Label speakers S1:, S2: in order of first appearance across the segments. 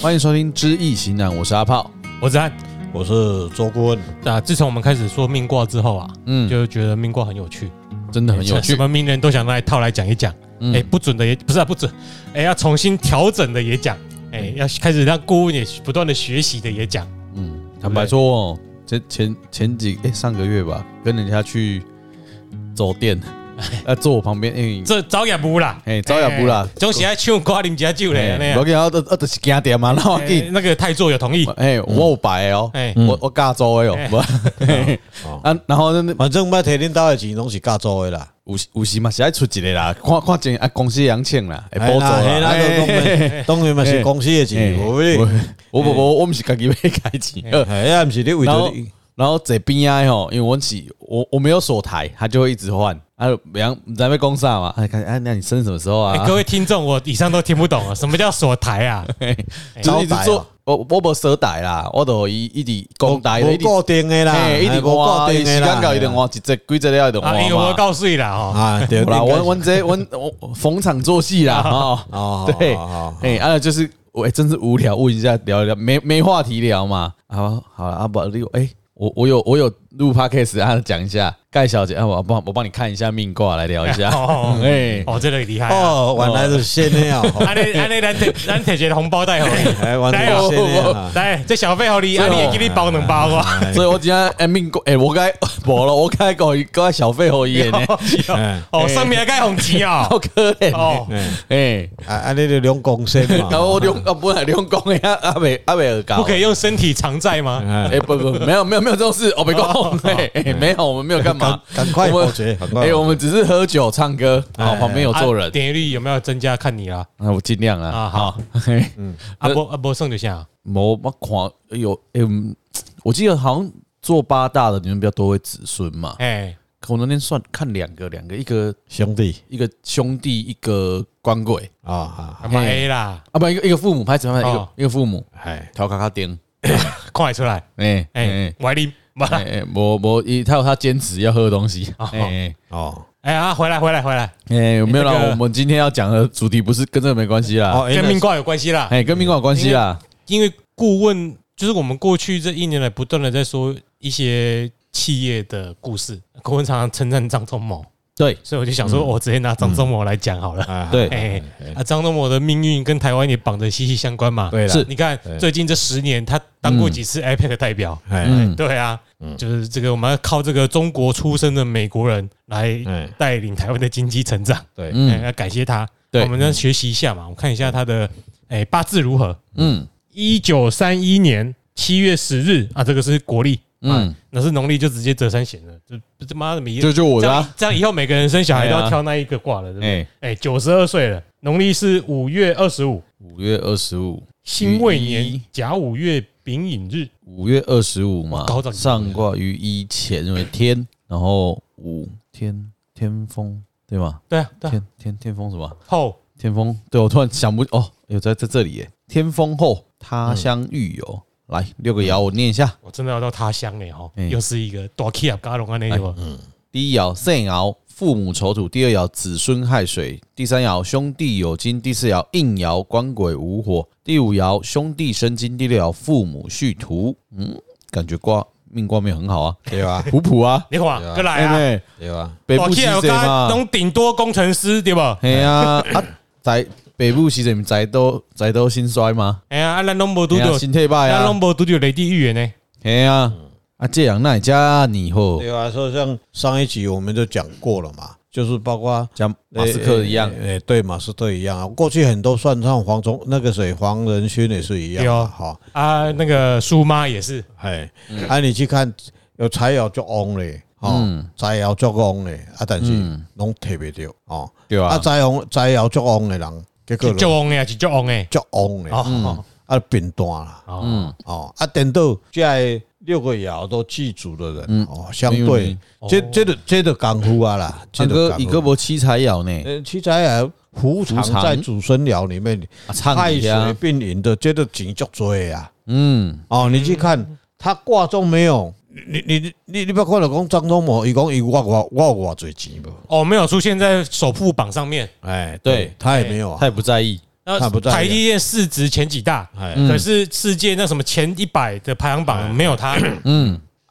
S1: 欢迎收听《知易行难》，我是阿炮。
S2: 我子安，
S3: 我是周顾问，
S2: 那自从我们开始说命卦之后啊，
S1: 嗯，
S2: 就觉得命卦很有趣，
S1: 真的很有
S2: 什
S1: 趣。
S2: 么名人都想拿来套来讲一讲。
S1: 嗯
S2: 哎，不准的也不是啊，不准，哎，要重新调整的也讲，哎，要开始让顾问也不断的学习的也讲。
S1: 嗯，坦白说哦，这前前几哎、上个月吧，跟人家去走店，啊，坐我旁边，哎、
S2: 这招也不啦，
S1: 哎招也不啦
S2: 哎总是爱唱歌啉家酒嘞，那
S1: 我
S2: 样
S1: 给他二二十几点嘛，然后我
S2: 啊哎
S1: 给，
S2: 那个太座有同意，
S1: 哎、我有白的哦，
S2: 哎，
S1: 我我加州的哦，
S2: 哎
S1: 不，嘿
S3: 哦
S1: 啊，然后那
S3: 反正卖提恁兜的钱拢是加州的啦，
S1: 有时有时嘛是爱出一个啦，看看见啊公司杨庆啦，会补助啦，
S3: 嘿啦，
S1: 哎
S3: 嘿啦
S1: 嘿
S3: 都当然嘛是公司的钱，无
S1: 嘿
S3: 你，
S1: 我我我我不是家己要开钱，呃
S3: 哎呀，毋是你为
S1: 然
S3: 着
S1: 后
S3: 你，
S1: 然后这边啊吼，因为我是我我没有锁台，他就会一直换，啊，别人不知道要讲啥嘛，哎，看哎，那你生什么时候
S2: 哎
S1: 啊？
S2: 各位听众，我以上都听不懂啊，什么叫锁 台啊？
S1: 就是一直
S3: 招待
S1: 做
S3: 哦，
S1: 我我无锁台啦，我都一一直讲台
S3: 无
S1: 的，一直
S3: 固定的啦，
S1: 嘿一直
S3: 哎无固
S1: 换，
S3: 定
S1: 时
S3: 的
S1: 间
S3: 啦，
S1: 到一定换，一节几节了一定换
S2: 啊，因为
S1: 嘛
S2: 我告诉你啦，哦，
S3: 啊，对
S1: 好啦，
S3: 应该是
S1: 我我这我我逢场作戏 啦，
S3: 哦
S1: 哈，对
S3: 好好好，
S1: 哎，啊就是我哎真是无聊，问一下聊一聊，没没话题聊嘛，好好了啊不，你哎我我有我有录 podcast 啊，讲一下盖小姐啊，我帮我帮你看一下命卦来聊一 下，
S2: 哦
S1: 啊哎，
S2: 哦，这个厉害啊！
S3: 哦，原来是现的 啊，哦
S2: 安尼安尼，咱摕咱摕一个红包袋好了。
S3: 哎，原来是现的啊，
S2: 来，这小费好你，啊，
S1: 哦
S2: 你也给你包两包啊。
S1: 所以我今天哎命卦哎我该 无了，我该搞搞小费好演呢，
S3: 哎
S2: 哦，上面还盖红旗啊
S1: 好！可怜
S2: 哦
S1: 哦，，哎，
S3: 啊，啊，你就两公升 嘛，
S1: 然后我用啊本来用讲的啊阿伟阿伟尔搞
S2: 不。可以用身体偿债吗？啊
S3: 哎
S1: 哎、不不，没有没有没有这种事，我没空， 哎、哎没有，我们没有干嘛，
S3: 赶赶快
S1: 我
S3: 否
S1: 们
S3: 决，赶
S1: 哎、
S3: 快否决
S1: 我们只是喝酒唱歌，好、旁边有坐
S2: 啊
S1: 人，
S2: 点阅率有没有增加？看你啦。
S1: 那、我尽量啦，
S2: 啊
S1: 好
S2: 好，
S1: 嘿
S2: 啊不啊不，剩就下。
S1: 我我看有，哎、嗯我记得好像做八大的你们比较多会子孙嘛，
S2: 哎，
S1: 可我那天算看两个，两个一个
S3: 兄弟
S1: 一个兄弟，一个官鬼
S3: 啊啊，
S2: 阿妈 A 啦，
S1: 啊，不一个一个父母拍怎么样？一个、
S2: 哦
S1: 一个父母
S3: 哎，
S1: 调卡卡丁，
S2: 快出来！
S1: 哎哎
S2: 哎，怀林，不
S1: 哎哎，我我一他有他坚持要喝东西，哎、
S2: 哦
S1: 哎
S3: 哦，
S2: 哎啊，回来回来回来，
S1: 哎、没有啦，
S2: 那个
S1: 我们今天要讲的主题不是跟这个没关系啦，
S3: 哦，
S2: 跟命卦有关系啦。
S1: 哎、跟民管有关系啦，
S2: 因为顾问就是我们过去这一年来不断的在说一些企业的故事，顾问常常称赞张忠谋，
S1: 对
S2: 所以我就想说，我直接拿张忠谋来讲好了。
S3: 哎
S1: 对
S2: 哎、啊，张忠谋的命运跟台湾也绑得息息相关嘛。
S3: 对啦
S1: 是
S2: 你看
S3: 对
S2: 最近这十年，他当过几次 IPAC 代表？
S3: 哎
S1: 嗯，
S2: 对啊，就是这个我们要靠这个中国出生的美国人来
S3: 哎
S2: 带领台湾的经济成长。
S3: 对，
S2: 哎，
S1: 嗯
S2: 要感谢他。
S1: 对
S2: 我们要学习一下嘛，我们看一下他的哎八字如何。
S1: 嗯
S2: 一九三一年七月十日啊，这个是国历，
S1: 嗯
S2: 嗯，那是农历就直接折三弦了，这这妈的每一
S1: 这就我
S2: 这
S1: 的
S2: 样
S1: 啊，
S2: 这样以后每个人生小孩都
S1: 哎呀
S2: 要挑那一个卦了，对不对？
S1: 哎，
S2: 哎，九十二岁了，农历是五月二十五，
S1: 五月二十五，
S2: 辛未
S1: 于一
S2: 年甲午月丙寅日。
S1: 五月二十五嘛
S2: 我搞，早就
S1: 上卦于一乾为天，然后五天天风对吗？
S2: 对啊，对啊，
S1: 天天天风什么？
S2: 后
S1: 天风对我突然想不哦，有在在这里耶，天风后他
S2: 嗯
S1: 乡遇友，来六个爻我念一下，
S2: 我真的要到他乡哎哈，
S1: 嗯
S2: 又是一个大 key 啊，嘎隆啊那个，
S1: 第一爻肾爻父母丑土，第二爻子孙亥水，第三爻兄弟有金，第四爻应爻官鬼无火，第五爻兄弟生金，第六爻父母戌土。嗯，感觉卦命卦没有很好啊，
S3: 对吧？
S1: 普普啊，
S2: 你看，
S3: 对啊
S2: 过来
S1: 哎
S2: 啊，
S1: 妹，
S3: 对吧？
S1: 北部西
S2: 啊，
S1: 水
S2: 嘎
S1: 嘛，
S2: 拢顶多工程师对吧？
S1: 哎呀啊，在北部西水在都在都兴衰吗？
S2: 哎呀，啊，咱拢无
S1: 哎
S2: 拄
S1: 呀，
S2: 着，
S1: 心退败
S2: 咱拢
S1: 啊，
S2: 无拄着雷地预言呢。
S1: 哎呀，啊这样那家你后
S3: 对啊，所以像上一集我们就讲过了嘛，就是包括
S1: 像马斯克一样
S3: 诶，，诶诶对，马斯克一样啊。过去很多算上黄忠那个谁，黄仁勋也是一样
S2: 有
S3: 啊，哈，
S2: 啊，那个苏妈也是，
S3: 哎，啊，你去看有柴窑就翁嘞，哦，
S1: 嗯
S3: 柴窑就翁嘞，啊，但是拢特别着哦，
S1: 对
S3: 啊，
S1: 吧？
S3: 柴窑柴窑就翁的人，结果
S2: 就
S3: 就
S2: 翁的啊，是就翁的。
S3: 就翁嘞，
S1: 嗯
S2: 哦
S3: 啊，变单啦，
S2: 哦，
S3: 哦，啊，等到这六个爻都记住的
S1: 嗯
S3: 人，哦，相
S1: 没问
S3: 对
S1: 题，
S3: 这这的这的功夫啊啦，这
S1: 强
S3: 就
S1: 哥，
S3: 功夫
S1: 你哥不七彩爻呢？
S3: 呃，七彩啊，胡常
S1: 胡常
S3: 在祖孙爻里面，
S1: 啊唱
S3: 亥
S1: 一
S3: 水
S1: 下，
S3: 并引的，这个钱足多的啊。
S1: 嗯，
S3: 哦，你去看他卦中没有，你你你你你不要看了讲张忠谋，伊讲伊我我我我多钱无？
S2: 哦，没有出现在首富榜上面。
S3: 哎，
S1: 对
S3: 他也没有啊
S1: 他。也不在意，
S2: 那
S3: 它不在
S2: 台积电市值前几大，
S3: 哎，
S2: 可是世界那什么前一百的排行榜没有 它，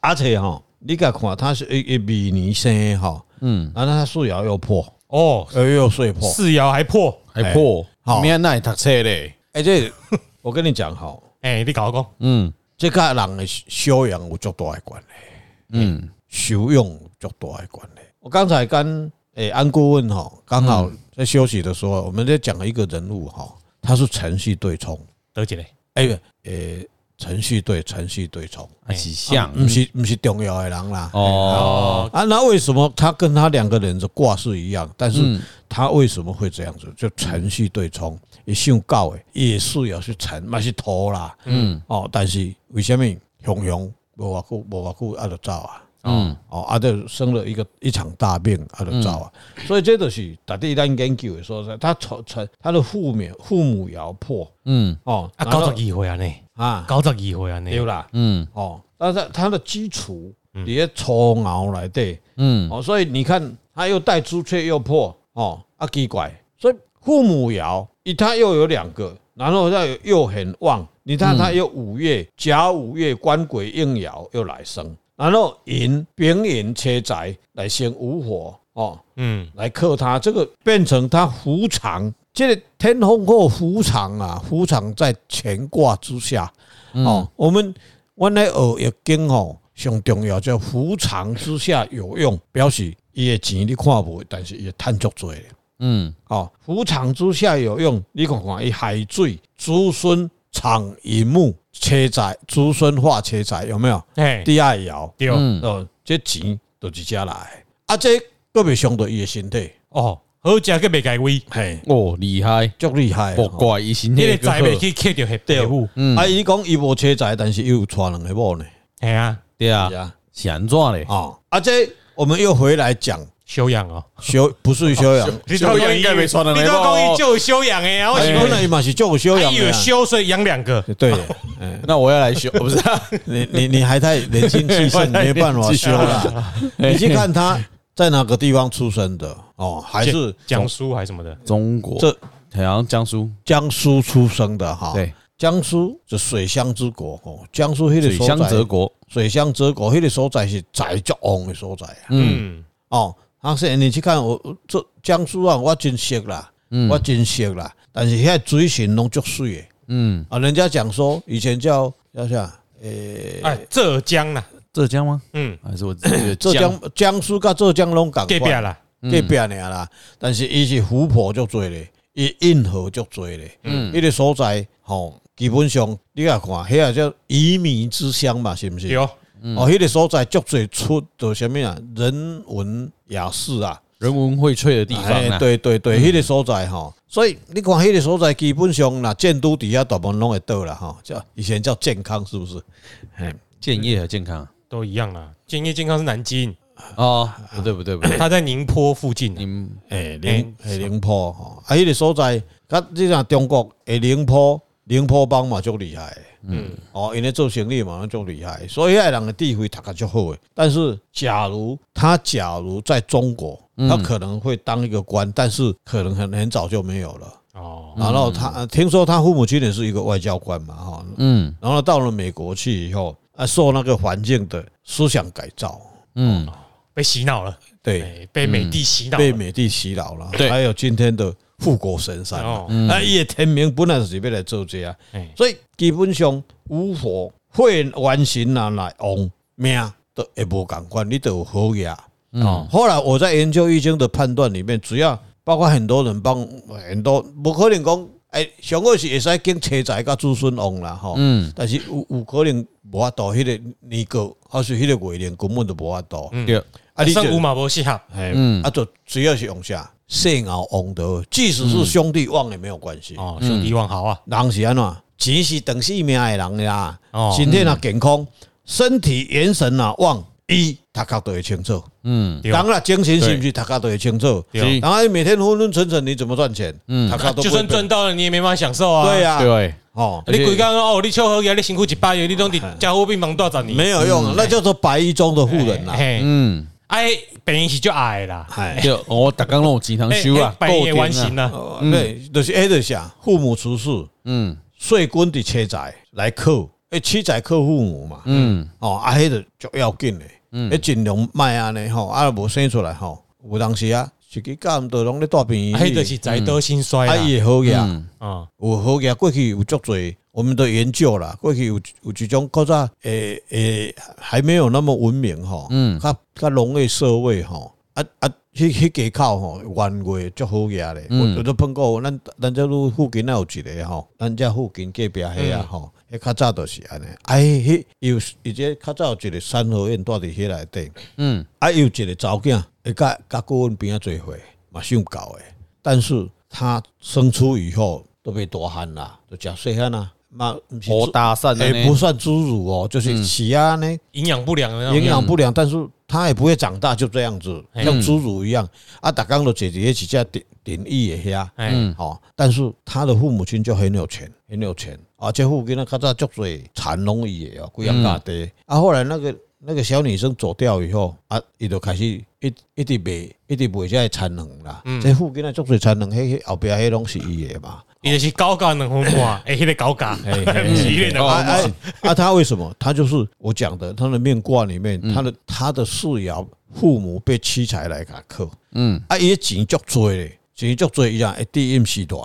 S3: 而且吼，你甲看，它是一一米年生的吼，嗯，然后它树摇又破，
S2: 哦，
S3: 又又碎破，
S2: 四爻还破，
S1: 还破，
S3: 好
S1: 明仔那读册嘞，
S3: 哎，这我跟你讲吼，
S2: 哎，你搞讲，
S1: 嗯
S3: 这甲人的修养有足大的关系，
S1: 嗯
S3: 修养有足大的关系。我刚才跟诶安顾问吼，刚好在休息的时候，我们在讲一个人物哈，他是程序对冲，
S2: 得几嘞？
S3: 哎不，诶，程序对程序对冲，
S1: 啊是像
S3: 不是不是重要的人啦，
S1: 哦，
S3: 啊，那为什么他跟他两个人的卦是一样，但
S1: 嗯
S3: 是他为什么会这样子？就程序对冲，也姓告诶，也是要去沉，嘛是投啦，
S1: 嗯
S3: 哦，但是为什么熊熊无偌久无偌久啊就走啊？
S1: 嗯
S3: 哦，啊，就生了一个一场大病，啊，就走啊。
S1: 嗯
S3: 所以这就是大地咱研究的说是，他从从他的父母父母爻破
S1: 嗯
S3: 哦，
S2: 啊，
S3: 然后
S2: 九十二岁啊呢，
S3: 啊，
S2: 九十二岁啊
S3: 对
S2: 呢，
S3: 啦，
S1: 嗯
S3: 哦，但是他的基础也初爻来对。
S1: 嗯
S3: 哦，所以你看，他又带朱雀又破哦，啊奇怪，所以父母爻，一他又有两个，然后他又又很旺，你看他又五月甲五月官鬼应爻又来生，然后寅丙寅车宅来生午火哦，
S2: 嗯，
S3: 来克他，这个变成他伏藏，这个天风或伏藏啊，伏藏在乾卦之下、哦。我们我来学易经吼，上重要叫伏藏之下有用，表示伊的钱你看无，但是伊趁足多的
S1: 嗯
S3: 哦。伏藏之下有用，你看看伊海水、子孙、藏银木、车载、子孙化车载有没有？
S2: 哎，
S3: 第二爻
S2: 对，
S1: 嗯
S3: 哦，这钱就是遮来的，啊，这个别伤到伊的身体。
S2: 哦，好食个袂改位，
S3: 嘿，
S1: 哦厉害，
S3: 足厉害的
S1: 不
S3: 吼。
S1: 怪伊身
S2: 你
S1: 体
S2: 个
S1: 个好
S2: 财，袂去克着黑白户，
S1: 嗯
S3: 啊，伊讲伊无车载，但是伊有娶两个某呢。
S2: 哎啊，
S1: 对啊
S3: 是，啊，
S1: 是安怎嘞？
S3: 哦，啊，这我们又回来讲
S2: 修养 哦，
S3: 修，不是修养，
S2: 你
S1: 哎修养应该没传染
S2: 你
S1: 来
S2: 都
S1: 吧
S2: 讲伊就有修养诶啊，我
S3: 哎
S2: 想
S3: 本
S2: 讲
S3: 来嘛是足有修
S2: 他
S1: 哎
S3: 养
S2: 有
S3: 的啊。
S2: 修，所以养两个，
S3: 对，哎
S1: 那我要来 修，哦不是啊？
S3: 你你你还太年轻气
S1: 我
S3: 盛，
S1: 太
S3: 没办法
S1: 年轻
S3: 修啦。
S1: 哎
S3: 你去看他在哪个地方出生的哦，还是
S2: 讲书还是什么的，
S1: 中国
S3: 这
S1: 好像江苏，
S3: 江苏出生的哈？
S1: 对，
S3: 江苏是水乡之国哦，江苏迄个
S1: 水
S3: 所
S1: 乡泽
S3: 在，
S1: 国，
S3: 水乡泽国迄个所在是宰足旺的所在啊。
S1: 嗯
S2: 嗯，
S3: 哦，他说你去看我我这江苏啊，我真熟啦，
S1: 嗯
S3: 我真熟啦。但是遐水神拢足水的
S1: 嗯，
S3: 啊，人家讲说以前叫叫啥？呃
S2: 哎，浙江啦，
S1: 浙江吗？
S2: 嗯，
S1: 还是我自己的
S3: 浙江江苏甲浙江拢共
S2: 隔壁
S3: 款，
S2: 啦，
S1: 嗯
S3: 隔壁尔啦。但是伊是湖泊足多咧，伊运河足多咧，嗯，迄个所在吼，基本上你也看，遐个叫鱼米之乡嘛，是毋是？
S2: 有
S3: 哦，迄个所在足多出着啥物啊？人文雅士啊，
S1: 人文荟萃的地方
S3: 哎
S1: 啊，
S3: 对对对，迄个所在吼，所以你看迄个所在基本上啦，建都底下大部分拢会倒啦吼，叫以前叫健康是不是？哎，
S1: 建业和健康啊
S2: 都一样啦。建业健康是南京，
S1: 哦，不对不对不对，
S2: 他在宁波附近啊。
S1: 你们
S3: 哎宁哎宁波吼，啊，迄个所在，甲你若中国哎诶宁波宁波帮嘛足厉害的，
S2: 嗯，
S3: 哦，因咧做生意嘛足厉害的，所以迄个人的地位读个足好诶。但是假如他假如在中国，
S1: 嗯
S3: 他可能会当一个官，但是可能很很早就没有了。
S1: 嗯
S2: 哦，
S3: 然后他听说他父母亲也是一个外交官嘛，哈，
S1: 嗯
S3: 然后到了美国去以后，啊，受那个环境的思想改造，
S1: 嗯
S2: 被洗脑了，
S3: 对，
S2: 哎，被美帝洗脑了。
S3: 被美帝洗脑了，
S1: 对
S3: 还有今天的富国神山，
S2: 哦，
S1: 嗯
S3: 啊，伊的天明本来就是要来做这啊，
S2: 哎，
S3: 所以基本上无火会完形啊来旺命都会无共款，你都有好呀。
S1: 哦
S3: 后来我在研究易经的判断里面，只要包括很多人帮很多，不可能讲，哎，上好是会使经车仔甲子孙旺啦吼。
S1: 嗯，
S3: 但是有有可能无法度，迄个年糕，还是迄个月亮根本就无法度。
S2: 嗯
S1: 对，
S3: 啊，你就
S2: 圣五马博西哈，
S3: 嘿
S1: 嗯
S3: 啊，就只要是用啥，姓熬旺的，即使是兄弟旺也没有关系。
S1: 嗯
S2: 哦，兄弟万豪啊，
S3: 人是安怎，钱是长性命的人啦
S2: 哦，
S3: 身体若健康，身体元神若旺，伊读壳都会清楚。
S1: 嗯
S2: 对哦
S3: 人啦，精神是不是读壳都会清楚？
S1: 是
S2: 对，哦啊
S3: 然后你每天昏昏沉沉，你怎么赚钱？嗯，他都
S2: 就算赚到了，你也没办法享受啊。
S3: 对，呀，
S1: 对，
S3: 哦，
S1: 而且
S2: 你鬼刚哦，你秋和牙，你辛苦一百元，你都得加护病房多少你？
S3: 啊没有用，那叫做白衣中的富人啦。啊
S2: 嘿，
S1: 嗯
S2: 哎，本一起就矮啦，
S3: 哎，
S1: 就我打刚弄鸡汤
S2: 哎
S1: 修啊，
S2: 哎百
S1: 够
S2: 也完
S1: 顶啊
S2: 形啦，
S3: 哦对，就是挨着下父母出事，
S1: 嗯
S3: 税官伫车载来扣，诶，车载扣父母嘛，
S1: 嗯，
S3: 哦，啊，迄个足要紧诶，诶，尽量莫安尼吼，啊，无生出来吼，有当时啊，一个干都拢咧大病
S1: 啊
S2: 哎，就
S3: 院
S2: 是
S3: 里，
S2: 宅得心衰
S3: 啊，
S2: 啦，
S3: 伊会好嗯呀。
S1: 嗯
S2: 啊，
S3: 有好嘅，过去有足侪，我们都研究啦。过去有有一种较早诶诶，还没有那么文明吼，
S1: 嗯
S3: 较较农业社会吼，啊啊，迄迄街口吼，原月足好嘅咧。
S1: 嗯
S3: 我我都碰过，咱咱遮路附近也有一个吼，咱遮附近隔壁遐
S1: 嗯
S3: 啊吼，迄较早都是安尼。啊，迄迄有伊这较早有一个三合院住伫迄内底。
S1: 嗯
S3: 啊，有一个查某囝，会甲甲顾问边仔做伙，嘛上高诶。但是他生出以后都被大汉啦，都食细汉啦，嘛毋是
S1: 我
S3: 猪，
S1: 搭讪的
S3: 诶、
S1: 啊
S3: 不
S1: 呢，
S3: 算侏儒哦，就是起啊呢，
S2: 营养不良嗯的那
S3: 营
S2: 种，
S3: 养不良，但是他也不会长大，就这样子，
S2: 嗯
S3: 像侏儒一样。啊，逐工都坐伫迄一只顶顶椅诶遐，
S2: 哎，
S1: 嗯
S3: 哦，但是他的父母亲就很有钱，很有钱，啊，这附近那较早足侪田拢伊的哦，几样大
S1: 嗯
S3: 地，啊，后来那个那个小女生走掉以后，啊，伊就开始一一直卖，一直卖这些田农啦，
S1: 嗯
S3: 这附近那足侪田农，迄迄后壁迄拢是伊的嘛，
S2: 伊就是高价能分化，哎，迄个高价， 不是一
S1: 哦
S2: 个
S3: 啊啊啊！他为什么？他就是我讲的，他的命卦里面，
S1: 嗯
S3: 他的他的世爻父母被七财来卡克，
S1: 嗯
S3: 啊，伊的钱足多咧，钱足多，伊讲一定是大人。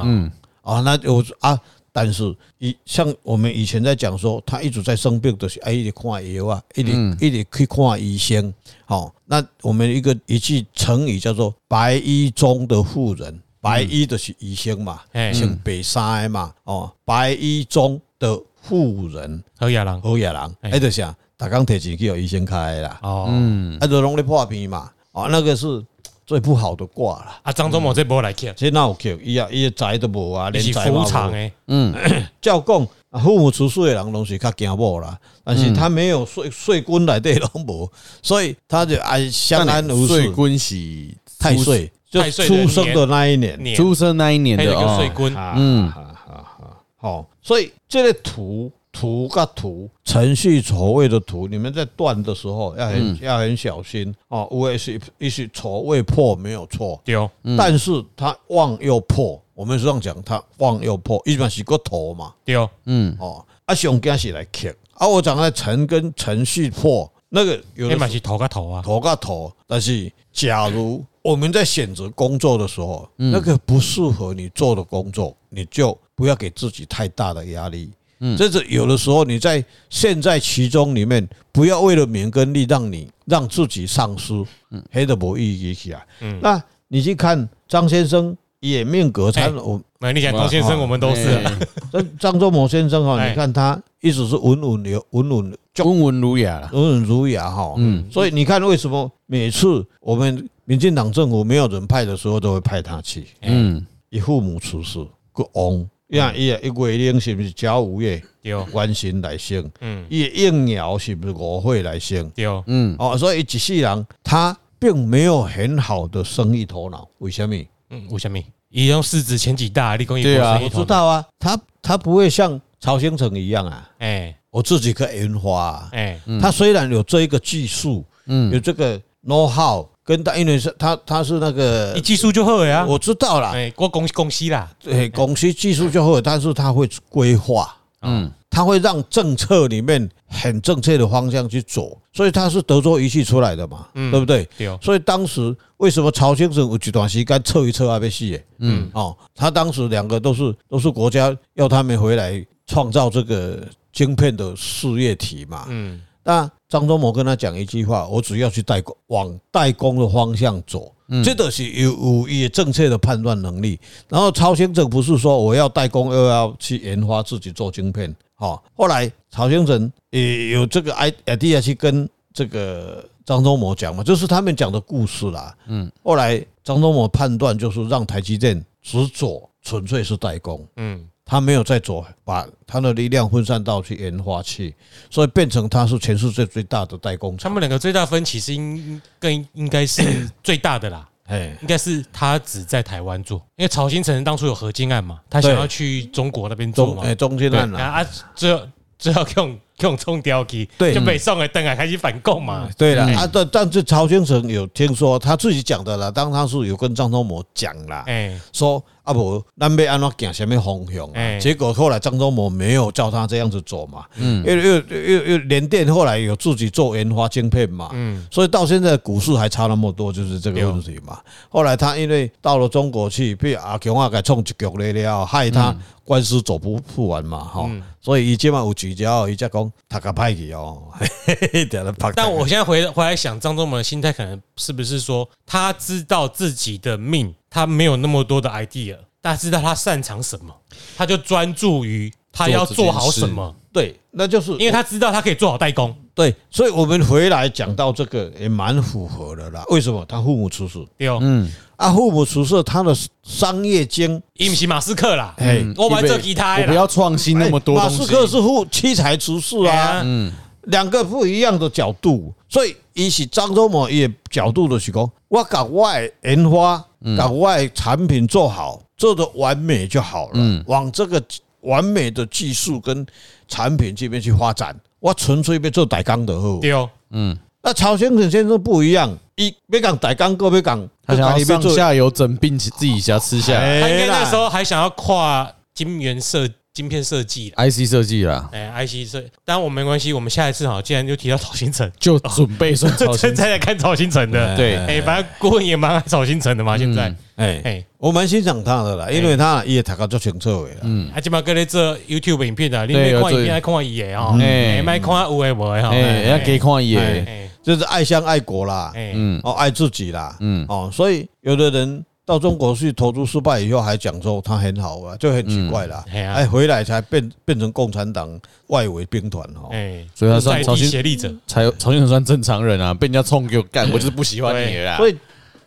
S2: 哦
S1: 嗯
S3: 啊，那有啊，但是以像我们以前在讲说，他一直在生病，就是哎，一直看药啊，一直、
S2: 嗯
S3: 一直去看医生。好、那我们一个一句成语叫做“白衣中的妇人”，白
S2: 嗯
S3: 衣就是医生嘛，
S2: 哎，
S3: 像北山的嘛，哦，白衣中的妇人，
S2: 何亚郎，
S3: 好野人，
S2: 哎
S3: 哎，就是啊，大工提钱去给医生开的啦，
S2: 哦，
S1: 嗯
S3: 啊，就拢咧破病嘛，哦，那个是最不好的卦啦。
S2: 啊，张忠谋这波来看，
S3: 这哪有叫伊啊，伊的财都无啊，
S2: 你
S3: 连
S2: 是
S3: 财
S2: 服
S3: 嘛无
S2: 场诶，
S1: 嗯
S3: 照讲，啊父母出事的人拢是较惊某啦，但是他没有税税官内底拢无，所以他就安相安无
S1: 岁
S3: 事。
S1: 君喜
S3: 太
S1: 出
S3: 岁就
S2: 太岁的
S3: 出生的那一年，
S2: 你
S1: 出生那一年
S2: 那
S1: 的
S2: 个叫水
S1: 哦，
S2: 军，
S1: 嗯
S3: 嗯，哈哈哈好，所以这个图图跟图程序错位的图，你们在断的时候要很、要很小心哦。我也是一是错位破没有错，
S2: 对，
S3: 但是他旺又破，我们上讲他旺又破，一般是个头嘛。
S2: 对，
S1: 嗯
S3: 哦，啊，上惊是来克啊，我讲的程跟程序破那个有
S2: 那
S3: 的
S2: 嘛
S3: 是
S2: 是头个头啊，
S3: 头个头，但是假如我们在选择工作的时候，那个不适合你做的工作，你就不要给自己太大的压力。嗯，这是有的时候你在陷在其中里面，不要为了名跟利让你让自己丧失，嗯，黑的无意义起来。嗯，那你去看张先生也命格才
S2: 哎
S3: 我
S2: 那你讲张先生，
S1: 哦
S2: 我们都是啊，
S1: 哎
S3: 这张忠谋先生哈，
S2: 哎
S3: 你看他一直是稳稳有稳稳
S1: 哎温文儒雅啦，
S3: 温文儒雅哈，
S1: 嗯
S3: 所以你看为什么每次我们民进党政府没有人派的时候，都会派他去，
S1: 嗯
S3: 以父母出事个翁，呀，伊个月亮是不是甲午月
S2: 对，
S3: 弯形来生，
S2: 嗯，
S3: 伊个应爻是不是五会来生？
S2: 对，
S1: 嗯
S3: 哦，所以一世人他并没有很好的生意头脑，为什么？
S2: 嗯，为什么？伊用市值前几大，立功一
S1: 对啊
S2: 波
S3: 我知，道啊，他他不会像曹兴诚一样啊，
S2: 哎
S3: 我自己可以研发、啊。
S2: 哎，
S3: 他虽然有这一个技术，
S1: 嗯
S3: 有这个 know how，跟他因为是他他是那个
S2: 一，技术就好呀，
S3: 我知道啦，
S2: 哎，我公公司啦，
S3: 诶，公司技术就会，但是他会规划，
S1: 嗯
S3: 他会让政策里面很正确的方向去走，所以他是德州仪器出来的嘛，对不对？
S2: 对，
S3: 所以当时为什么曹先生有一段时间测一啊测还被戏耶？
S1: 嗯
S3: 哦，他当时两个都是都是国家要他们回来创造这个晶片的事业体嘛，
S2: 嗯，
S3: 那张忠谋跟他讲一句话：我只要去代工，往代工的方向走，这都是有有也正确的判断能力。然后曹先生不是说我要代工，又要去研发自己做晶片，好，后来曹先生也有这个 i idea 去跟这个张忠谋讲嘛，就是他们讲的故事啦。嗯，后来张忠谋判断就是让台积电只做纯粹是代工，
S2: 嗯，
S3: 他没有再走，把他的力量分散到去研发去，所以变成他是全世界最大的代工
S2: 他
S3: 厂。
S2: 们两个最大分歧是应更应该是最大的啦，
S3: 哎，
S2: 应该是他只在台湾做，因为曹新成当初有合金案嘛，他想要去中国那边做
S3: 中
S2: 嘛，
S3: 哎中间
S2: 对
S3: 案
S2: 啊
S3: 了，
S2: 啊，最后最后用用冲掉去，
S3: 对
S2: 就被送来灯啊，开始反共嘛。
S3: 对了
S1: 嗯
S3: 啊，但但是曹先生有听说他自己讲的啦，当他是有跟张忠谋讲啦，
S2: 哎，
S3: 说啊不，咱要安怎行什么方向啊？
S2: 哎
S3: 结果后来张忠谋没有照他这样子走嘛，嗯，又又又又联电后来有自己做研发晶片嘛，
S2: 嗯，哦
S3: 所以到现在股市还差那么多，就是这个问题嘛。后来他因为到了中国去，被阿强啊给冲一局了了，害他
S2: 嗯
S3: 官司走不不完嘛，哈、所以伊即嘛有聚焦，伊才讲他个歹去哦， 嘿嘿嘿，在那拍。
S2: 但我现在回回来想，张忠谋的心态可能是不是说他知道自己的命，他没有那么多的 idea，他知道他擅长什么，他就专注于他要做好什么，
S3: 对，那就是
S2: 因为他知道他可以做好代工。
S3: 对，所以我们回来讲到这个也蛮符合的啦。为什么他父母出事
S2: 对哦，
S3: 啊？父母出事，他的商业经，
S2: 伊不是马斯克啦，
S3: 哎，
S2: 我玩这吉他
S1: 我不
S2: 啦，
S1: 要创新嗯那么多
S3: 马
S1: 东西。
S3: 斯克是父妻财出事
S2: 哎
S3: 啊
S2: 呀，
S1: 嗯
S3: 两个不一样的角度，所以伊是张忠谋伊的角度就是讲，我把我的研发，
S1: 嗯
S3: 把我的产品做好，做的完美就好了，
S1: 嗯
S3: 往这个完美的技术跟产品这边去发展，我纯粹要做代工的好。
S2: 对哦，
S3: 那曹先生先生不一样，伊要讲代工，个要讲，
S1: 他想要上
S3: 做
S1: 下游整并自己家吃下来
S2: 他应该那时
S3: 候
S2: 候还想要跨晶圆设晶片设计啦。
S1: IC 设计啦，
S2: 哎，IC 设，当然我们没关系，我们下一次好，既然就提到曹 新成，
S1: 就准备 送超
S2: 真
S1: 新。嗯
S2: 才来看曹新成的，
S1: 对
S2: 哎，反正顾问也蛮爱曹新成的嘛，现在，
S3: 哎，
S2: 哎，
S3: 我蛮欣赏他的啦，因为他伊也读个足清楚的啦。
S1: 嗯
S2: 啊，今麦搁咧做 YouTube 影片啊，你
S1: 对
S2: 别看
S1: 有
S2: 影
S1: 做
S2: 片爱看伊的哦，
S1: 嗯
S2: 哎，莫看有诶无诶吼，
S1: 哎，人家给看也，
S2: 哎，
S3: 就是爱乡爱国啦，
S2: 哎，
S1: 嗯
S3: 哦，爱自己啦，
S1: 嗯，
S3: 哦，所以有的人到中国去投资失败以后，还讲说他很好啊，就很奇怪啦。
S2: 嗯嘿啊
S3: 哎，回来才变变成共产党外围兵团哦。
S2: 哎，
S1: 嗯所以他
S2: 在
S1: 算曹
S2: 地
S1: 新
S2: 协力者，
S1: 才曹新成算正常人啊，被人家冲给我
S2: 嗯
S1: 干，我就是不喜欢你了啦。
S3: 所以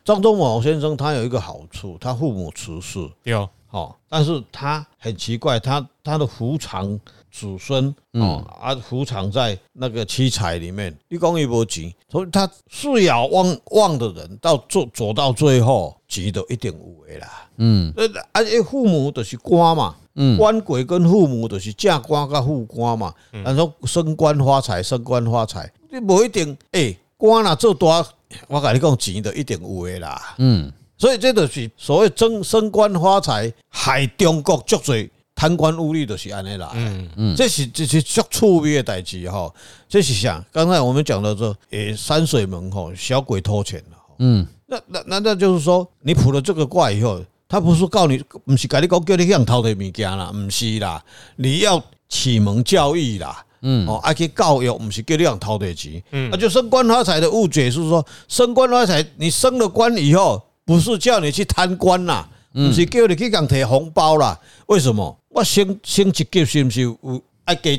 S3: 张忠谋先生他有一个好处，他父母辞世，
S2: 对哦，
S3: 哦，但是他很奇怪，他他的胡长祖孙
S1: 嗯
S3: 哦啊，胡长在那个七彩里面，你讲一波急，所以他视遥望望的人，到做走到最后，急的一定有的啦。
S1: 嗯
S3: 呃，啊，因为父母就是官嘛，
S1: 嗯，
S3: 官鬼跟父母就是正官跟副官嘛，然后升官发财，升官发财，你无一定，诶、官若做大，我甲你讲钱就一定有的啦。
S1: 嗯，
S3: 所以这就是所谓争升官发财，害中国足侪贪官污吏，就是安尼啦。
S2: 嗯
S3: 嗯，这是这是足趣味的代志吼。这是啥？刚才我们讲到说，诶，山水门吼，小鬼偷钱了。
S1: 嗯，
S3: 那那那那就是说，你卜了这个卦以后，他不是告你，不是跟你讲叫你向偷的物件啦，不是啦，你要启蒙教育啦。嗯，哦，爱去教育，不是叫你向偷的钱，啊
S2: 嗯
S3: 那就升官发财的误解是说，升官发财，你升了官以后，不是叫你去贪官啦，不是叫你去人摕红包啦。为什么？我升升一级是不是有爱加一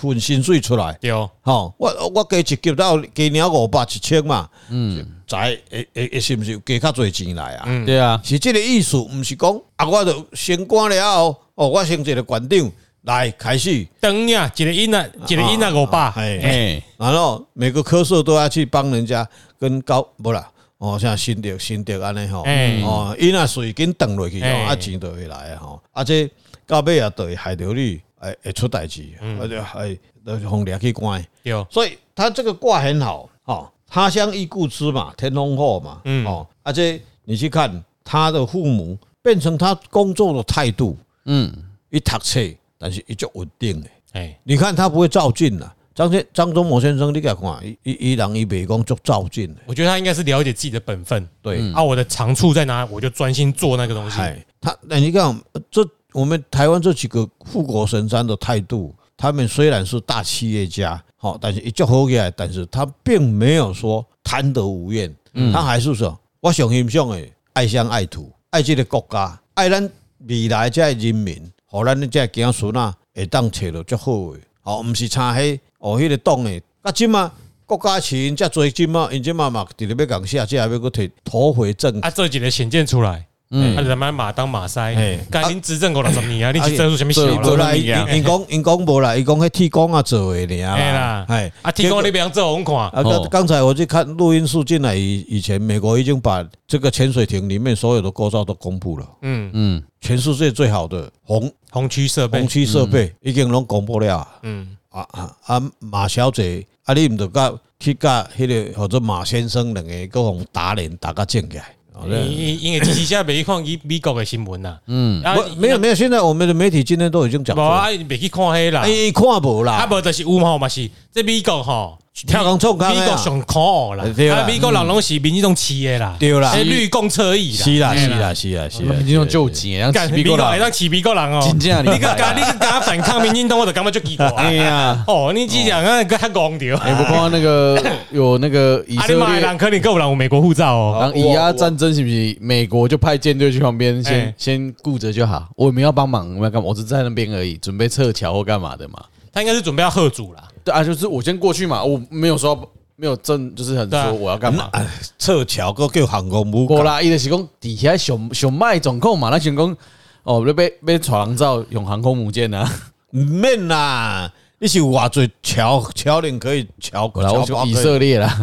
S3: 份薪水出来？
S2: 对哦，
S3: 吼、我我加一级到今年五百一千嘛，嗯，才会会会是毋是加较侪钱来啊？
S2: 嗯
S1: 对啊，
S3: 是即个意思，毋是讲啊，我着升官了后，哦，我升一个县长来开始，
S2: 灯呀，一个音啊，一个音啊，我爸，
S3: 哎
S1: 哎，
S3: 然后每个科室都要去帮人家跟高不啦，哦，像新德新德安尼吼，
S2: 哎
S3: 哦，伊若随紧断落去，
S2: 哎
S3: 啊钱就会来的吼，啊这到尾也就会害着你，哎会会出代志，啊就会就互掠去关。
S2: 对哦，
S3: 所以他这个卦很好哦，他乡遇故知嘛，天龙后嘛，
S2: 嗯
S3: 哦，而且你去看他的父母变成他工作的态度，
S1: 嗯，
S3: 一读册，但是一就稳定的，
S2: 哎，
S3: 你看他不会照进啦。张先张忠谋先生，你给看，伊伊伊人伊袂讲足照进的，
S2: 我觉得他应该是了解自己的本分，
S3: 对，
S2: 啊，我的长处在哪，我就专心做那个东西，
S3: 哎，他那你看这我们台湾这几个富国神山的态度，他们虽然是大企业家，好，但是一叫好起来，但是他并没有说贪得无厌，
S2: 嗯
S3: 他还是说我上欣赏的爱乡爱土，爱这个国家，爱咱未来这些人民，互咱这些子孙啊，会当找到足好的，哦，毋是差迄哦迄个党诶，啊，即嘛。国家饲因遮侪即嘛，因即嘛嘛伫咧要共下，即还要搁摕土回政
S2: 啊，这几个显见出来，
S1: 嗯
S2: 啊，人家马当马塞
S3: 哎，
S2: 干您执政过了十年啊，你执政出什么啊
S1: 这
S2: 小
S1: 这
S3: 无
S2: 了？
S3: 啦，因因讲因讲无啦，伊讲迄铁工啊做诶尔
S2: 哎
S3: 啦
S2: 啦，
S3: 哎
S2: 啊，提供你别样这红看，
S3: 啊，
S1: 哦
S3: 刚刚才我去看录音室进来以以前，美国已经把这个潜水艇里面所有的构造都公布了，
S2: 嗯，
S1: 嗯，
S3: 全世界最好的红
S2: 红区设
S3: 红
S2: 备，
S3: 区设备已经拢公布了啊，
S2: 嗯，
S3: 啊啊啊马小姐，啊你毋着甲去甲迄、个或者马先生两个各互打脸打甲正起来。哦那
S2: 因因为之前没看伊美国的新闻呐，嗯，啊
S3: 不，没有没有，现在我们的媒体今天都已经讲哎
S2: 无
S3: 过
S2: 啊，
S3: 了，
S2: 你袂去看迄啦，
S3: 伊看无
S2: 啊
S3: 啦，
S2: 无就是有吼嘛是，这美国吼，
S3: 听讲创啥的啊
S2: 美国上可恶啦
S3: 哎，对啦嗯
S2: 啊美国人拢是民进党饲的啦，
S3: 对啦
S2: 哎绿共侧翼啦，
S3: 是啦
S4: 嘿
S3: 是
S4: 啦
S3: 啦是啦是
S2: 啊
S3: 啦，
S1: 民众救急，让
S2: 干
S1: 起
S2: 美
S1: 比过
S2: 国人
S1: 来，
S2: 会当饲美国人哦，
S1: 真正厉害
S2: 你个敢你个敢反抗民进党，我就感觉就奇怪，
S1: 哎呀，
S2: 哦，你只讲啊，个较戆着，
S1: 哎，我看到那个 有那个以
S2: 啊，你
S1: 色
S2: 妈的
S1: 列，
S2: 人可能够有人有美国护照哦，
S1: 然后以阿战争是不是美国就派舰队去旁边先
S2: 哎
S1: 先顾着就好？我们要帮忙，我们要干嘛？我只是在那边而已，准备撤侨或干嘛的嘛。
S2: 他应该是准备要贺主啦，
S1: 对啊，就是我先过去嘛，我没有说没有正，就是很
S2: 对啊
S1: 说我要干嘛。
S3: 哎撤侨个叫航空母
S1: 过
S3: 舰，
S1: 啦，伊就是讲底下熊熊卖总控嘛，那想讲哦，要被被闯造用航空母舰啊。
S3: 毋免嗯啦，你是有偌侪侨侨人可以侨，
S1: 我来，我
S3: 侨
S1: 说
S3: 胞
S1: 以
S3: 可以
S1: 色列啦，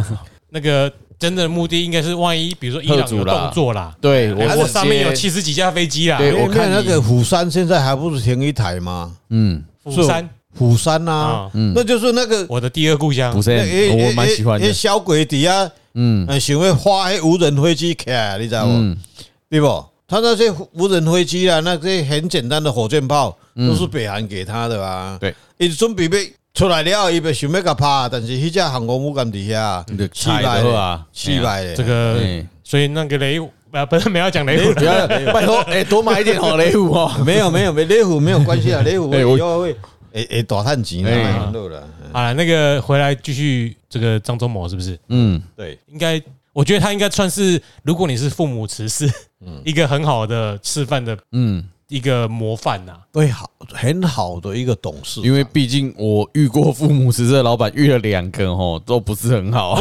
S2: 那个真正的目的应该是万一比如说伊
S1: 贺
S2: 朗
S1: 主
S2: 有
S1: 啦
S2: 动作啦，
S1: 对
S2: 哎
S1: 我
S2: 我
S1: 直
S2: 上面有
S1: 接
S2: 七十几架飞机啦，
S1: 对我
S3: 我
S1: 看
S3: 看那
S1: 你
S3: 个釜山现在还不是停一台吗？
S1: 嗯，
S2: 釜山，
S3: 釜山呐
S2: 啊，
S3: 那就是那个
S2: 我的第二故乡
S1: 不，是，
S3: 那个
S1: 我蛮喜欢的
S3: 那。小鬼底下，
S1: 嗯
S3: 嗯，想要花那无人飞机起来，你知道不？
S1: 嗯，
S3: 对不？他那些无人飞机啊，那些很简单的火箭炮都是北韩给他的啊。
S1: 嗯对，
S3: 伊准备被出来了，伊被想要甲拍，但是迄只航空母舰底下
S1: 你就踩就好啊
S3: 气败
S2: 这
S3: 嘞。
S1: 嗯
S2: 个
S1: 哎
S2: 所以那个雷虎啊，不是没有讲雷虎
S1: 不，要拜托，哎，多买一点好雷虎哦。
S3: 没有没有没雷虎没有关 系啊，雷虎
S1: 哎
S3: 以
S1: 我
S3: 后会会会大探钱
S1: 哎
S3: 啊，很了。嗯
S2: 好了，那个回来继续这个张忠谋是不是？
S1: 嗯，
S3: 对，
S2: 应该，我觉得他应该算是，如果你是父母慈是一个很好的示范的，
S1: 嗯
S2: 嗯，一个模范啊呐。
S3: 对，好，很好的一个董事长，
S1: 因为毕竟我遇过父母职的老板，遇了两个哦，都不是很好。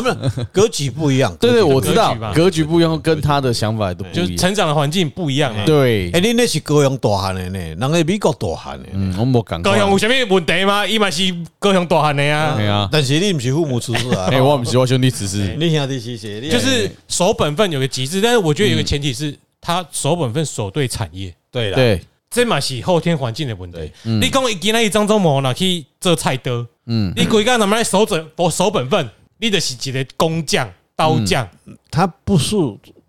S3: 格局不一样。
S1: 对对，
S3: 格局
S1: 我
S3: 不一
S1: 知
S3: 样
S1: 道
S2: 格局吧
S1: 格局不一样，跟他的想法都不
S2: 就
S1: 一样。
S2: 成长的环境不一样啊。
S1: 对
S3: 哎、，你那是高雄大汉的呢，人家美国大汉的呢。
S1: 嗯，我没讲。
S2: 高雄有什么问题吗？伊嘛是高雄大汉的啊
S1: 哎， 呀，
S3: 但是你不是父母出事啊，
S1: 哎，我们喜欢兄弟只是
S3: 你兄弟是谁？你
S2: 就是守本分有个极致，但是我觉得有
S3: 嗯
S2: 个前提是他守本分守对产业，
S3: 对啦，
S1: 对，
S2: 这嘛是后天环境的问题
S3: 对。嗯
S2: 你讲伊今仔日张忠谋若去做菜刀，
S1: 嗯
S2: 你规个他妈来守准守本分，你就是一个工匠、刀匠。
S3: 嗯他不是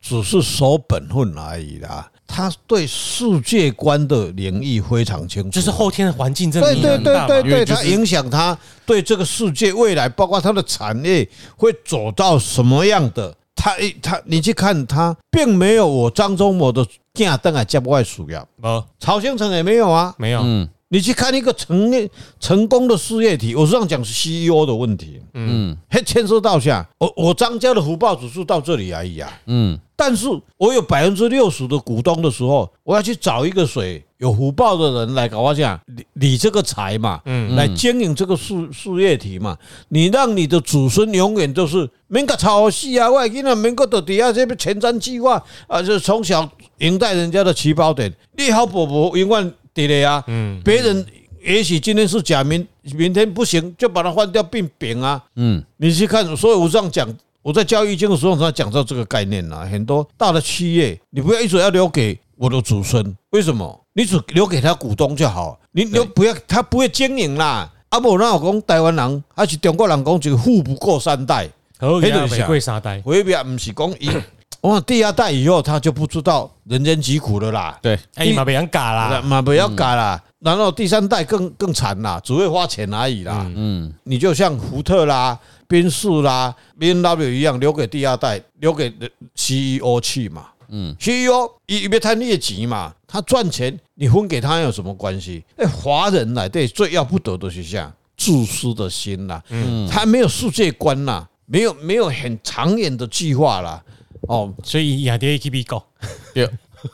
S3: 只是守本分而已啦，他对世界观的领域非常清楚，
S2: 就是后天的环境真的
S3: 对
S2: 影响
S3: 对
S2: 很大嘛
S3: 对对
S1: 因为
S3: 对，
S1: 就是
S3: 它影响他对这个世界未来，包括他的产业会走到什么样的。他一他，你去看他，并没有我张忠谋的架灯啊，接不外需要，
S2: 无
S3: 曹兴诚也没有啊，
S2: 哦没有，
S1: 嗯
S3: 你去看一个成业成功的事业体，我是这样讲是 CEO 的问题，
S1: 嗯
S3: 还牵涉到下我我张家的福报指数到这里而已啊。
S1: 嗯
S3: 但是我有百分之六十的股东的时候，我要去找一个谁有福报的人来搞我讲理理这个财嘛，
S2: 嗯
S3: 来经营这个事事业体嘛。你让你的子孙永远都是民国抄戏啊，外囡仔民国到底下这边前瞻计划啊，就是从小赢在人家的起跑点，你好伯伯永远得了啊。
S2: 嗯，
S3: 别人也许今天是假明，明天不行就把它换掉变丙啊。
S1: 嗯
S3: 你去看，所以我这样讲，我在教育经的时候，常讲到这个概念啦、很多大的企业，你不要一直要留给我的祖孙，为什么？你只留给他股东就好，你留不要他不会经营啦。啊，无那我讲台湾人还是中国人讲，就是富不过三代，
S2: 好，
S3: 那
S2: 黑
S3: 就是
S2: 玫瑰沙呆，
S3: 回避啊不是讲一，我讲第二代以后他就不知道人间疾苦了啦。啊
S1: 对，
S2: 哎，嘛别人嘎啦，
S3: 嘛不要改啦，然后第三代更更惨啦，只会花钱而已啦。
S1: 嗯
S3: 你就像福特啦、宾士啦、B N W 一样，留给第二代，留给 C E O 去嘛。
S1: 嗯
S3: C E O 一别贪业绩嘛，他赚钱，你分给他有什么关系？哎，华人来对最要不得的是啥？自私的心啦，
S2: 嗯
S3: 他没有世界观啦，没有没有很长远的计划啦。哦，
S2: 所以亚迪 A K B 够，
S1: 对，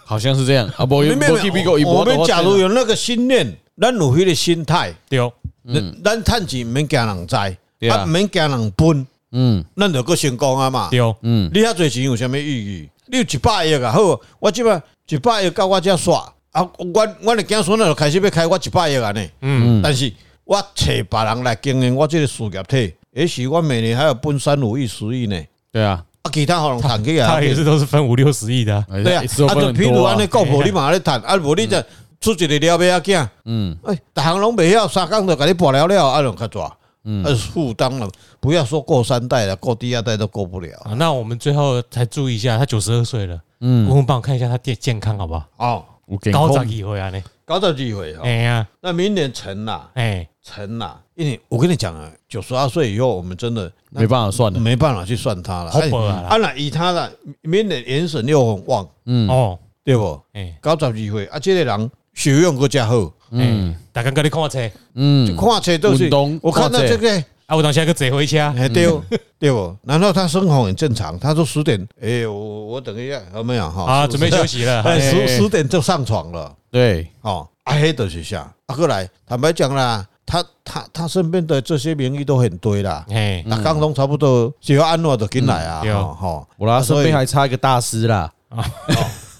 S1: 好像是这样啊，不
S3: 没有没有
S1: 不 T B 够，
S3: 我们假如有那个心念，咱有迄个心态，
S2: 对哦，
S3: 咱咱趁钱毋免惊人知，
S1: 对啊
S3: 啊毋免惊人分，
S1: 嗯
S3: 咱就够成功啊嘛。
S2: 对哦，
S1: 嗯
S3: 你遐侪钱有啥物意义？你有一百亿啊，好，我即摆一百亿到我遮煞啊，我我的囝孙仔就开始要开我一百亿安尼，
S2: 嗯，
S3: 但是我找别人来经营我即个事业体，也许我每年还要分三五亿、十亿呢，
S1: 对啊，
S3: 啊，其他互人趁去啊
S2: 他，也是都是分五六十亿的啊，
S1: 哎
S3: 对啊，
S1: 一次都
S3: 啊，
S1: 分
S3: 就
S1: 很
S3: 譬如
S1: 多啊
S3: 安尼，国婆你嘛咧趁，啊，无你就出一个了尾仔囝，嗯，哎，逐项拢袂晓，三工就甲你跋了了，啊，就较抓，嗯，啊，负担了，不要说过三代了，过第二代都过不了。
S2: 啊，那我们最后才注意一下，他九十二岁了，嗯，我们帮我看一下他健健康好不好？
S3: 哦，
S1: 有健
S2: 高
S1: 康
S2: 长一回啊呢？
S3: 搞到机会
S2: 哎
S3: 哦。
S2: 呀，
S3: 那明年成啦，
S2: 哎，
S3: 成啦，因为我跟你讲啊，九十二岁以后，我们真的
S1: 没办法算了。
S3: 没办法去算他了。
S2: 好薄啊啦
S3: 啊，那以他的明年元神又很旺，
S2: 哦，
S3: 对不？
S2: 哎，
S3: 九十二岁啊，这个人学养搁加好，
S2: 嗯，大家跟你看我啊车，
S1: 嗯
S3: 就，看车都是
S1: 运动。
S3: 我看到
S1: 看册
S3: 这个，
S2: 啊，我等下个坐回家，
S3: 哎对哦对不？然后他生活很正常，他说十点，哎，我我等一下，有没有哈？
S2: 啊，准备休息了，
S3: 哎，
S1: 哎
S3: 十十点就上床了，
S1: 对，
S3: 哦，啊，黑的学校，啊，过来，坦白讲啦，他他他身边的这些名医都很堆啦，
S2: 哎，
S3: 那刚拢差不多，只要安诺就进来啊
S2: 嗯对，
S3: 吼吼。
S1: 我啦身
S3: 所以
S1: 边还差一个大师啦，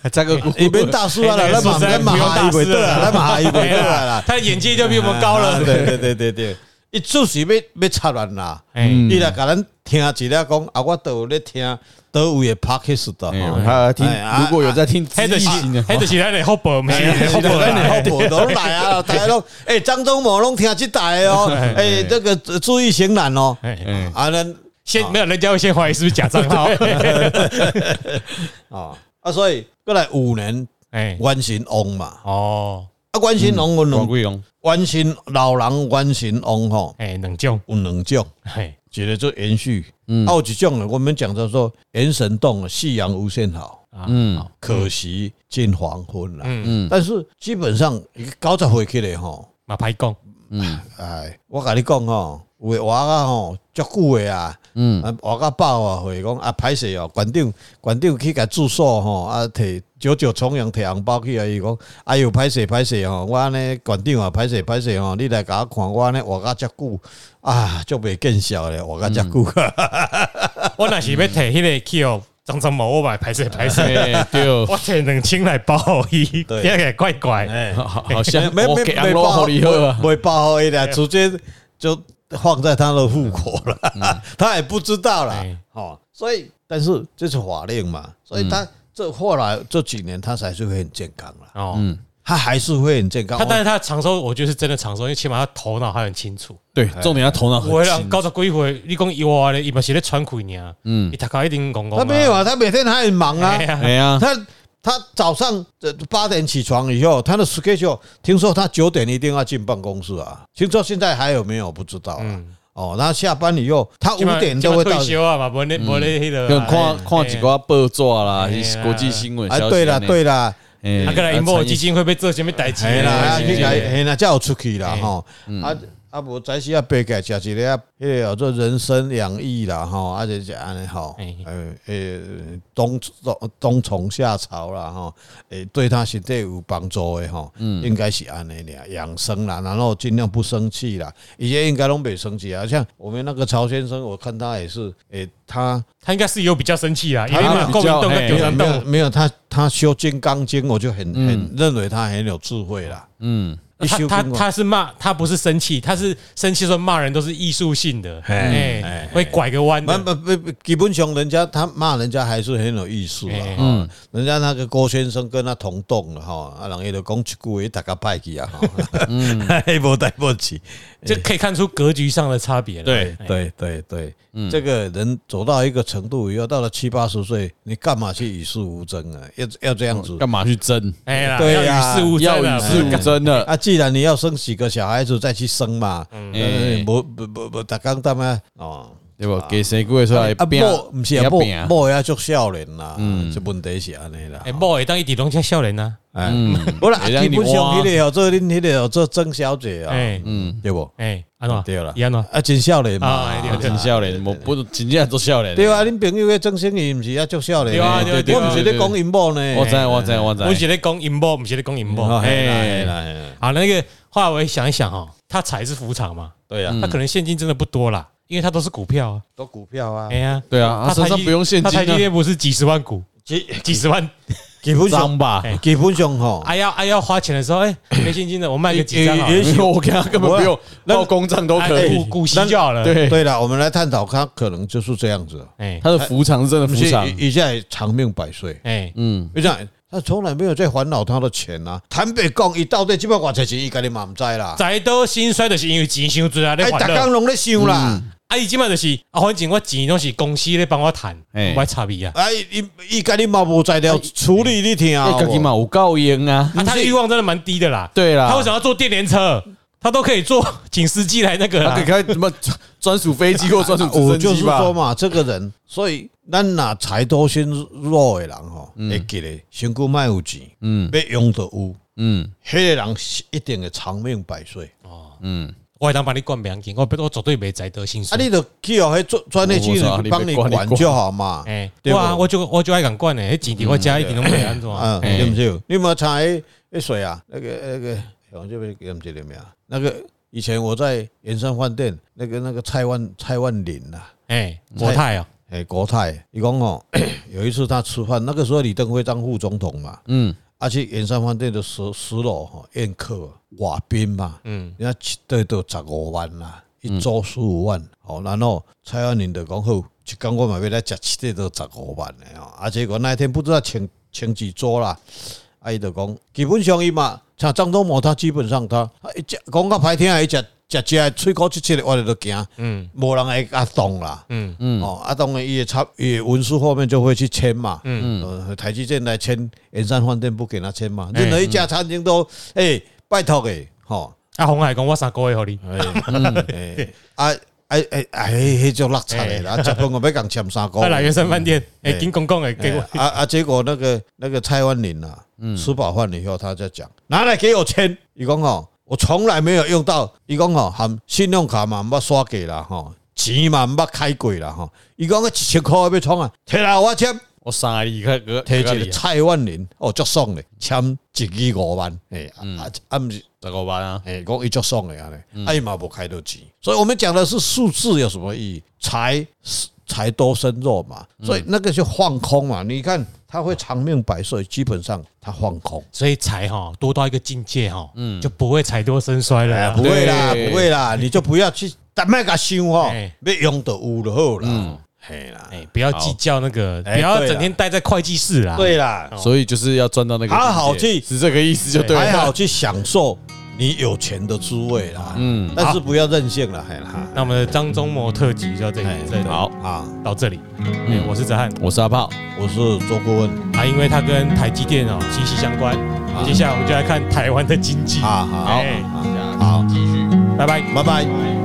S1: 还差个姑
S3: 你别大叔啊啦，
S2: 哎
S3: 咱
S2: 那个实在不用大师
S3: 马咱马哈一鬼对
S2: 了
S3: 啦，咱马哈一 鬼对啦啦，
S2: 他的眼界就比我们高
S3: 啊
S2: 了，
S3: 对对对对对，一出是要要插乱啦，
S2: 哎，
S3: 伊来甲咱听一下讲，啊，我都有咧听倒位的 podcast 的
S1: 哎
S3: 吼。
S1: 他听
S3: 哎啊，
S1: 如果有在听知
S2: 黑的
S1: 易行的
S2: 是
S1: 话
S2: 黑，的是咱的好薄没？
S3: 好
S2: 哎好薄
S3: 婆，咱
S2: 啦，哎
S3: 好婆都来啊！大家拢，哎，张忠谋拢听这台哦，哎，这个注意行难哦，
S2: 哎，
S1: 哎，
S3: 啊，咱
S2: 先没有人家会先怀疑是不是假账号，
S3: 啊啊，所以过来五年
S2: 哎，
S3: 元神旺嘛，
S2: 哦，
S3: 啊，元神旺有
S1: 王
S3: 两，
S1: 贵荣，
S3: 元神老人元神旺吼，
S2: 哎，冷静，
S3: 有两种。
S2: 哎，
S3: 一个做延续，
S1: 嗯
S3: 啊，有一种呢，我们讲叫做元神动，夕阳无限好，
S2: 啊，
S1: 嗯
S2: 好，
S3: 可惜近黄昏了。
S2: 嗯，
S1: 嗯
S3: 但是基本上九十岁起来吼，
S2: 马牌公，
S1: 嗯
S3: 哎，我跟你讲吼，有的活啊吼，足久的啊，
S1: 嗯，
S3: 啊活啊百啊岁讲啊，歹势哦，馆长馆长去甲住所吼，啊摕九九重阳摕红包去啊，伊讲，哎呦歹势歹势哦吼，我安尼馆长啊歹势歹势吼，你来甲我看我安尼活啊遮久啊，足袂见效咧，活啊遮久。
S2: 我那是要摕迄个 Q 张张毛，我买拍摄拍摄，
S1: 哎，对，
S2: 我摕两千来包伊，
S3: 对
S2: 这个怪怪，
S3: 哎
S1: 好好像
S3: 没
S1: 我
S3: 没
S1: 给
S3: 没
S1: 安罗好
S3: 包
S1: 礼贺啊，
S3: 没包黑的，直接就放在他的户口了， 他也不知道啦
S2: 哎。
S3: 哦，所以但是这是法令嘛，所以他这后来这几年他还是会很健康了，
S2: 哦。
S1: 嗯，
S3: 他还是会很健康。哦
S2: 他但是他的长寿，我觉得是真的长寿，因为起码他头脑还很清楚。
S1: 对，重点他头脑哦
S2: 我
S1: 很
S2: 了
S1: 清，
S2: 九十几岁，你讲伊话咧，伊嘛是咧喘气尔，
S1: 嗯
S2: 啊伊，头壳一定戆戆。
S3: 他没有，啊，他每天还很忙啊
S2: 哎，呀，
S1: 哎呀，
S3: 他。他早上这八点起床以后，他的 schedule 听说他九点一定要进办公室啊。听说现在还有没有不知道啊。
S2: 嗯
S3: 哦，那下班以后，他五
S2: 现在
S3: 点就会
S2: 现在
S3: 到
S2: 退休啊嘛，无咧无咧 迄
S1: 可
S2: 个
S1: 能
S2: 啊。
S1: 看看几挂报纸啦，
S2: 哎呀
S1: 是国际新闻消
S3: 哎，
S1: 息。
S3: 对了对了，
S1: 哎，
S2: 啊，个来因某基金会被做什么代志？啊
S3: 系啦，
S2: 哎
S3: 啊
S2: 是不
S3: 你
S2: 是哎嗯
S3: 家系啦，才有出去啦
S2: 嘿
S3: 吼。啊啊，无早时啊，爬起来食一个啊，迄个叫做人参养益啦吼，啊就食安尼吼，
S2: 嘿
S3: 诶诶，冬冬冬虫夏草啦吼，诶，对他身体有帮助的吼，
S2: 嗯
S3: 应该是安尼俩养生啦，然后尽量不生气啦，以前应该拢没生气啊，像我们那个曹先生，我看他也是，诶，他
S2: 他应该是有比较生气啦，因为
S1: 他
S2: 嘛，
S1: 比
S2: 共
S1: 较
S2: 鸣动
S1: 嘿
S2: 跟
S3: 没
S2: 九
S3: 有
S2: 三
S3: 没有
S2: 动，嗯
S3: 没有他他修《金刚经》，我就很很认为他很有智慧啦。
S1: 嗯，
S3: 一
S2: 他
S3: 修
S2: 他
S3: 金刚
S2: 他是骂他不是生气，他是生气说骂人都是艺术性的，哎，会拐个弯
S3: 不
S2: 的。
S3: 不不不，基本上人家他骂人家还是很有艺术啊
S2: 哎。
S3: 嗯，人家那个郭先生跟他同栋了哈，啊，人伊就讲一句话，大家拜去啊， 嗯，无代无志。
S2: 这可以看出格局上的差别了。
S1: 对
S2: 哎，
S3: 对对对，
S1: 嗯
S3: 这个人走到一个程度以后，到了七八十岁，你干嘛去与世无争啊？要要这样子
S1: 干嘛去争？
S2: 哎啦，
S3: 对
S2: 要
S3: 呀
S2: 与世无
S1: 要
S2: 争啊
S1: 与世无争的，
S3: 啊？既然你要生几个小孩子，再去生嘛，
S1: 哎
S3: 嗯，不不不不，大家他妈哦。
S1: 对不？给谁跪出来？
S3: 啊，
S1: 拼
S3: 某毋是
S1: 拼
S3: 啊，
S1: 嗯
S3: 某
S1: 拼
S3: 某也足少年啦，这问题是安尼啦。
S2: 哎，某会当一直拢遮少年啊，
S3: 哎，
S1: 嗯，
S3: 无啦，
S1: 会让你
S3: 基本上迄个哦，做恁迄个哦，做曾小姐啊，
S2: 哎
S1: 嗯，
S3: 对不？
S2: 哎，安怎？
S3: 对啦
S2: 伊安怎？
S3: 啊，真少年
S2: 啊
S3: 嘛啊
S2: 哎，对
S1: 真笑脸，我不真正做笑脸。
S3: 对啊，恁朋友迄曾星怡毋是啊，足少年
S2: 对啊
S3: 的，
S2: 对啊对啊
S3: 我毋是咧讲因某呢，
S1: 我知我知我知，
S2: 我是咧讲阴谋，不是咧讲阴谋。
S3: 哎
S1: 哎
S3: 哎哎，
S2: 好，那个后来我也想一想哦，他踩是浮场嘛，
S3: 对啊，
S2: 他可能现金真的不多啦，因为他都是股票啊。
S3: 都股票啊
S2: 哎，呀，
S1: 对啊，他身
S2: 台
S1: 上
S2: 积
S1: 不用现
S2: 他
S1: 金
S2: 台积
S1: 啊，
S2: 电不是几十万股，
S3: 基
S2: 几十万，
S3: 基本上
S1: 脏吧？
S2: 哎
S3: 基本上吼，
S2: 哎要哎要花钱的时候，哎没现金的，我卖个几张好了
S1: 也许我跟他根本不用报公账都可
S2: 哎
S1: 以
S2: 股。股息就好了。，
S1: 对，
S3: 对了，我们来探讨他可能就是这样子，
S2: 哎
S1: 他的服场是真的
S3: 不
S1: 服
S3: 是哎
S1: 场。
S3: 一一下长命百岁，
S2: 哎
S1: 嗯
S3: 就这样。他从来没有在烦恼他的钱啊。坦白讲，伊到底即摆偌侪钱，伊家己嘛毋知啦。
S2: 宅都兴衰就是因为钱伤多啊，咧
S3: 哎，
S2: 烦
S3: 逐
S2: 恼
S3: 工。拢咧想啦。
S2: 啊，伊即摆就是啊，反正我钱拢是公司咧帮我趁，
S1: 嘿
S2: 我插伊啊。
S3: 哎，伊伊家己嘛无在了处理你听啊
S1: 哎，。自己嘛有够用啊。
S2: 啊，他的欲望真的蛮低的啦。
S1: 对啊啦，
S2: 他为什么要坐电联车？他都可以坐警司机来那个
S1: 他
S2: 啦
S1: 可以。开什么专专属飞机或专属
S3: 啊我
S1: 直
S3: 就
S1: 升机
S3: 是
S1: 吧？
S3: 说嘛，这个人，所以咱若财多先弱的人吼，会记咧，身躯卖有钱，嗯，要用就有，
S1: 嗯，
S3: 迄个人是一定会长命百岁。
S2: 我会当帮你灌不要紧，我我绝对袂宅得心
S3: 啊，
S2: 酸。
S3: 你就去哦，迄专专业技
S1: 我知道
S3: 能
S1: 你
S3: 帮你
S1: 被管
S3: 管
S1: 你
S3: 就好嘛，
S2: 哎，对
S3: 对不
S2: 啊，我就我就爱敢灌诶，迄钱伫我家一点拢袂安怎。
S3: 啊，
S1: 哎
S3: 对不对？你有没有查迄迄水啊？那个那个，我这边给他们这里面啊，那个以前我在盐山饭店，那个那个蔡万蔡万林呐、啊。
S2: 哎，国泰哦，
S3: 哎，国泰，伊讲哦， 有一次他吃饭，那个时候李登辉当副总统嘛，
S1: 嗯，
S3: 啊去盐山饭店的十十楼哈宴客，外宾嘛，
S2: 嗯，
S3: 人家一顿都十五万啦，一桌十五万，好、然后蔡万林就讲好，一天我嘛要来食一顿都十五万的哦，啊结果那一天不知道请请几桌啦，啊伊就讲，基本上伊嘛，像张忠谋他基本上他，他一食讲较歹听，伊食食食的喙口切切的，我就惊，
S2: 嗯
S3: 无人会甲动啦。
S2: 嗯
S3: 哦，啊，当然伊也差，也文书后面就会去签嘛，
S2: 嗯，哎
S3: 呃，台积电来签，盐山饭店不给他签嘛，任何一
S2: 嗯
S3: 家餐厅都，哎，拜托诶，吼，
S2: 啊，红海讲我三个月互你，
S3: 哎，
S1: 嗯
S3: 哎啊，哎哎哎，迄种落差诶，啊，结婚我要共签三个
S2: 哎啊，来
S3: 月，
S2: 原生饭店，哎，
S3: 哎
S2: 紧讲讲诶，给我
S3: 哎啊啊，结果那个那个蔡万林啊，
S2: 嗯
S3: 吃饱饭以后他就讲，拿来给我签，伊讲哦，我从来没有用到，伊讲哦，含信用卡嘛毋捌刷过啦，吼，钱嘛毋捌开过啦，吼，伊讲个一千块要创啊，摕来我签。
S1: 我三个个个
S3: 提一个蔡万林，哦，足爽的，签一亿五万，哎、啊啊，毋是，
S1: 十五万啊，
S3: 哎，讲伊足爽的安尼，啊，伊嘛无开到钱，所以我们讲的是数字有什么意义？财财多身弱嘛，所以那个就放空嘛。你看他会长命百岁，基本上他放空，
S2: 所以财哈多到一个境界哈，嗯，就不会财多身衰了
S3: 哎呀，
S2: 啊。
S3: 不会啦，
S1: 对
S3: 不会啦，你就不要去，但莫甲想吼
S2: 哎，
S3: 哦要用就有就好啦，嘿啦，
S2: 哎，不要计较那个，
S3: 哎
S2: 不要整天待在会计室啦。
S3: 对啦，
S1: 所以就是要赚到那个
S3: 好好
S1: 境界
S3: 去
S1: 是这个意思哦就对啊
S3: 还好
S1: 了。
S3: 去享受你有钱的滋味啦，
S1: 嗯，
S3: 但是不要任性了，嘿啦。
S2: 那我们的张忠谋特辑就到这里，这
S1: 好
S3: 啊，
S2: 到这里。
S1: 嗯
S3: 嗯
S2: 哎，我是泽汉
S1: 我是阿炮，
S3: 我是周顾问
S2: 啊，因为它跟台积电哦息息相关。接下来我们就来看台湾的经济。
S3: 啊，好，
S2: 哎，
S1: 好，继续。
S2: 拜拜。
S3: 拜拜。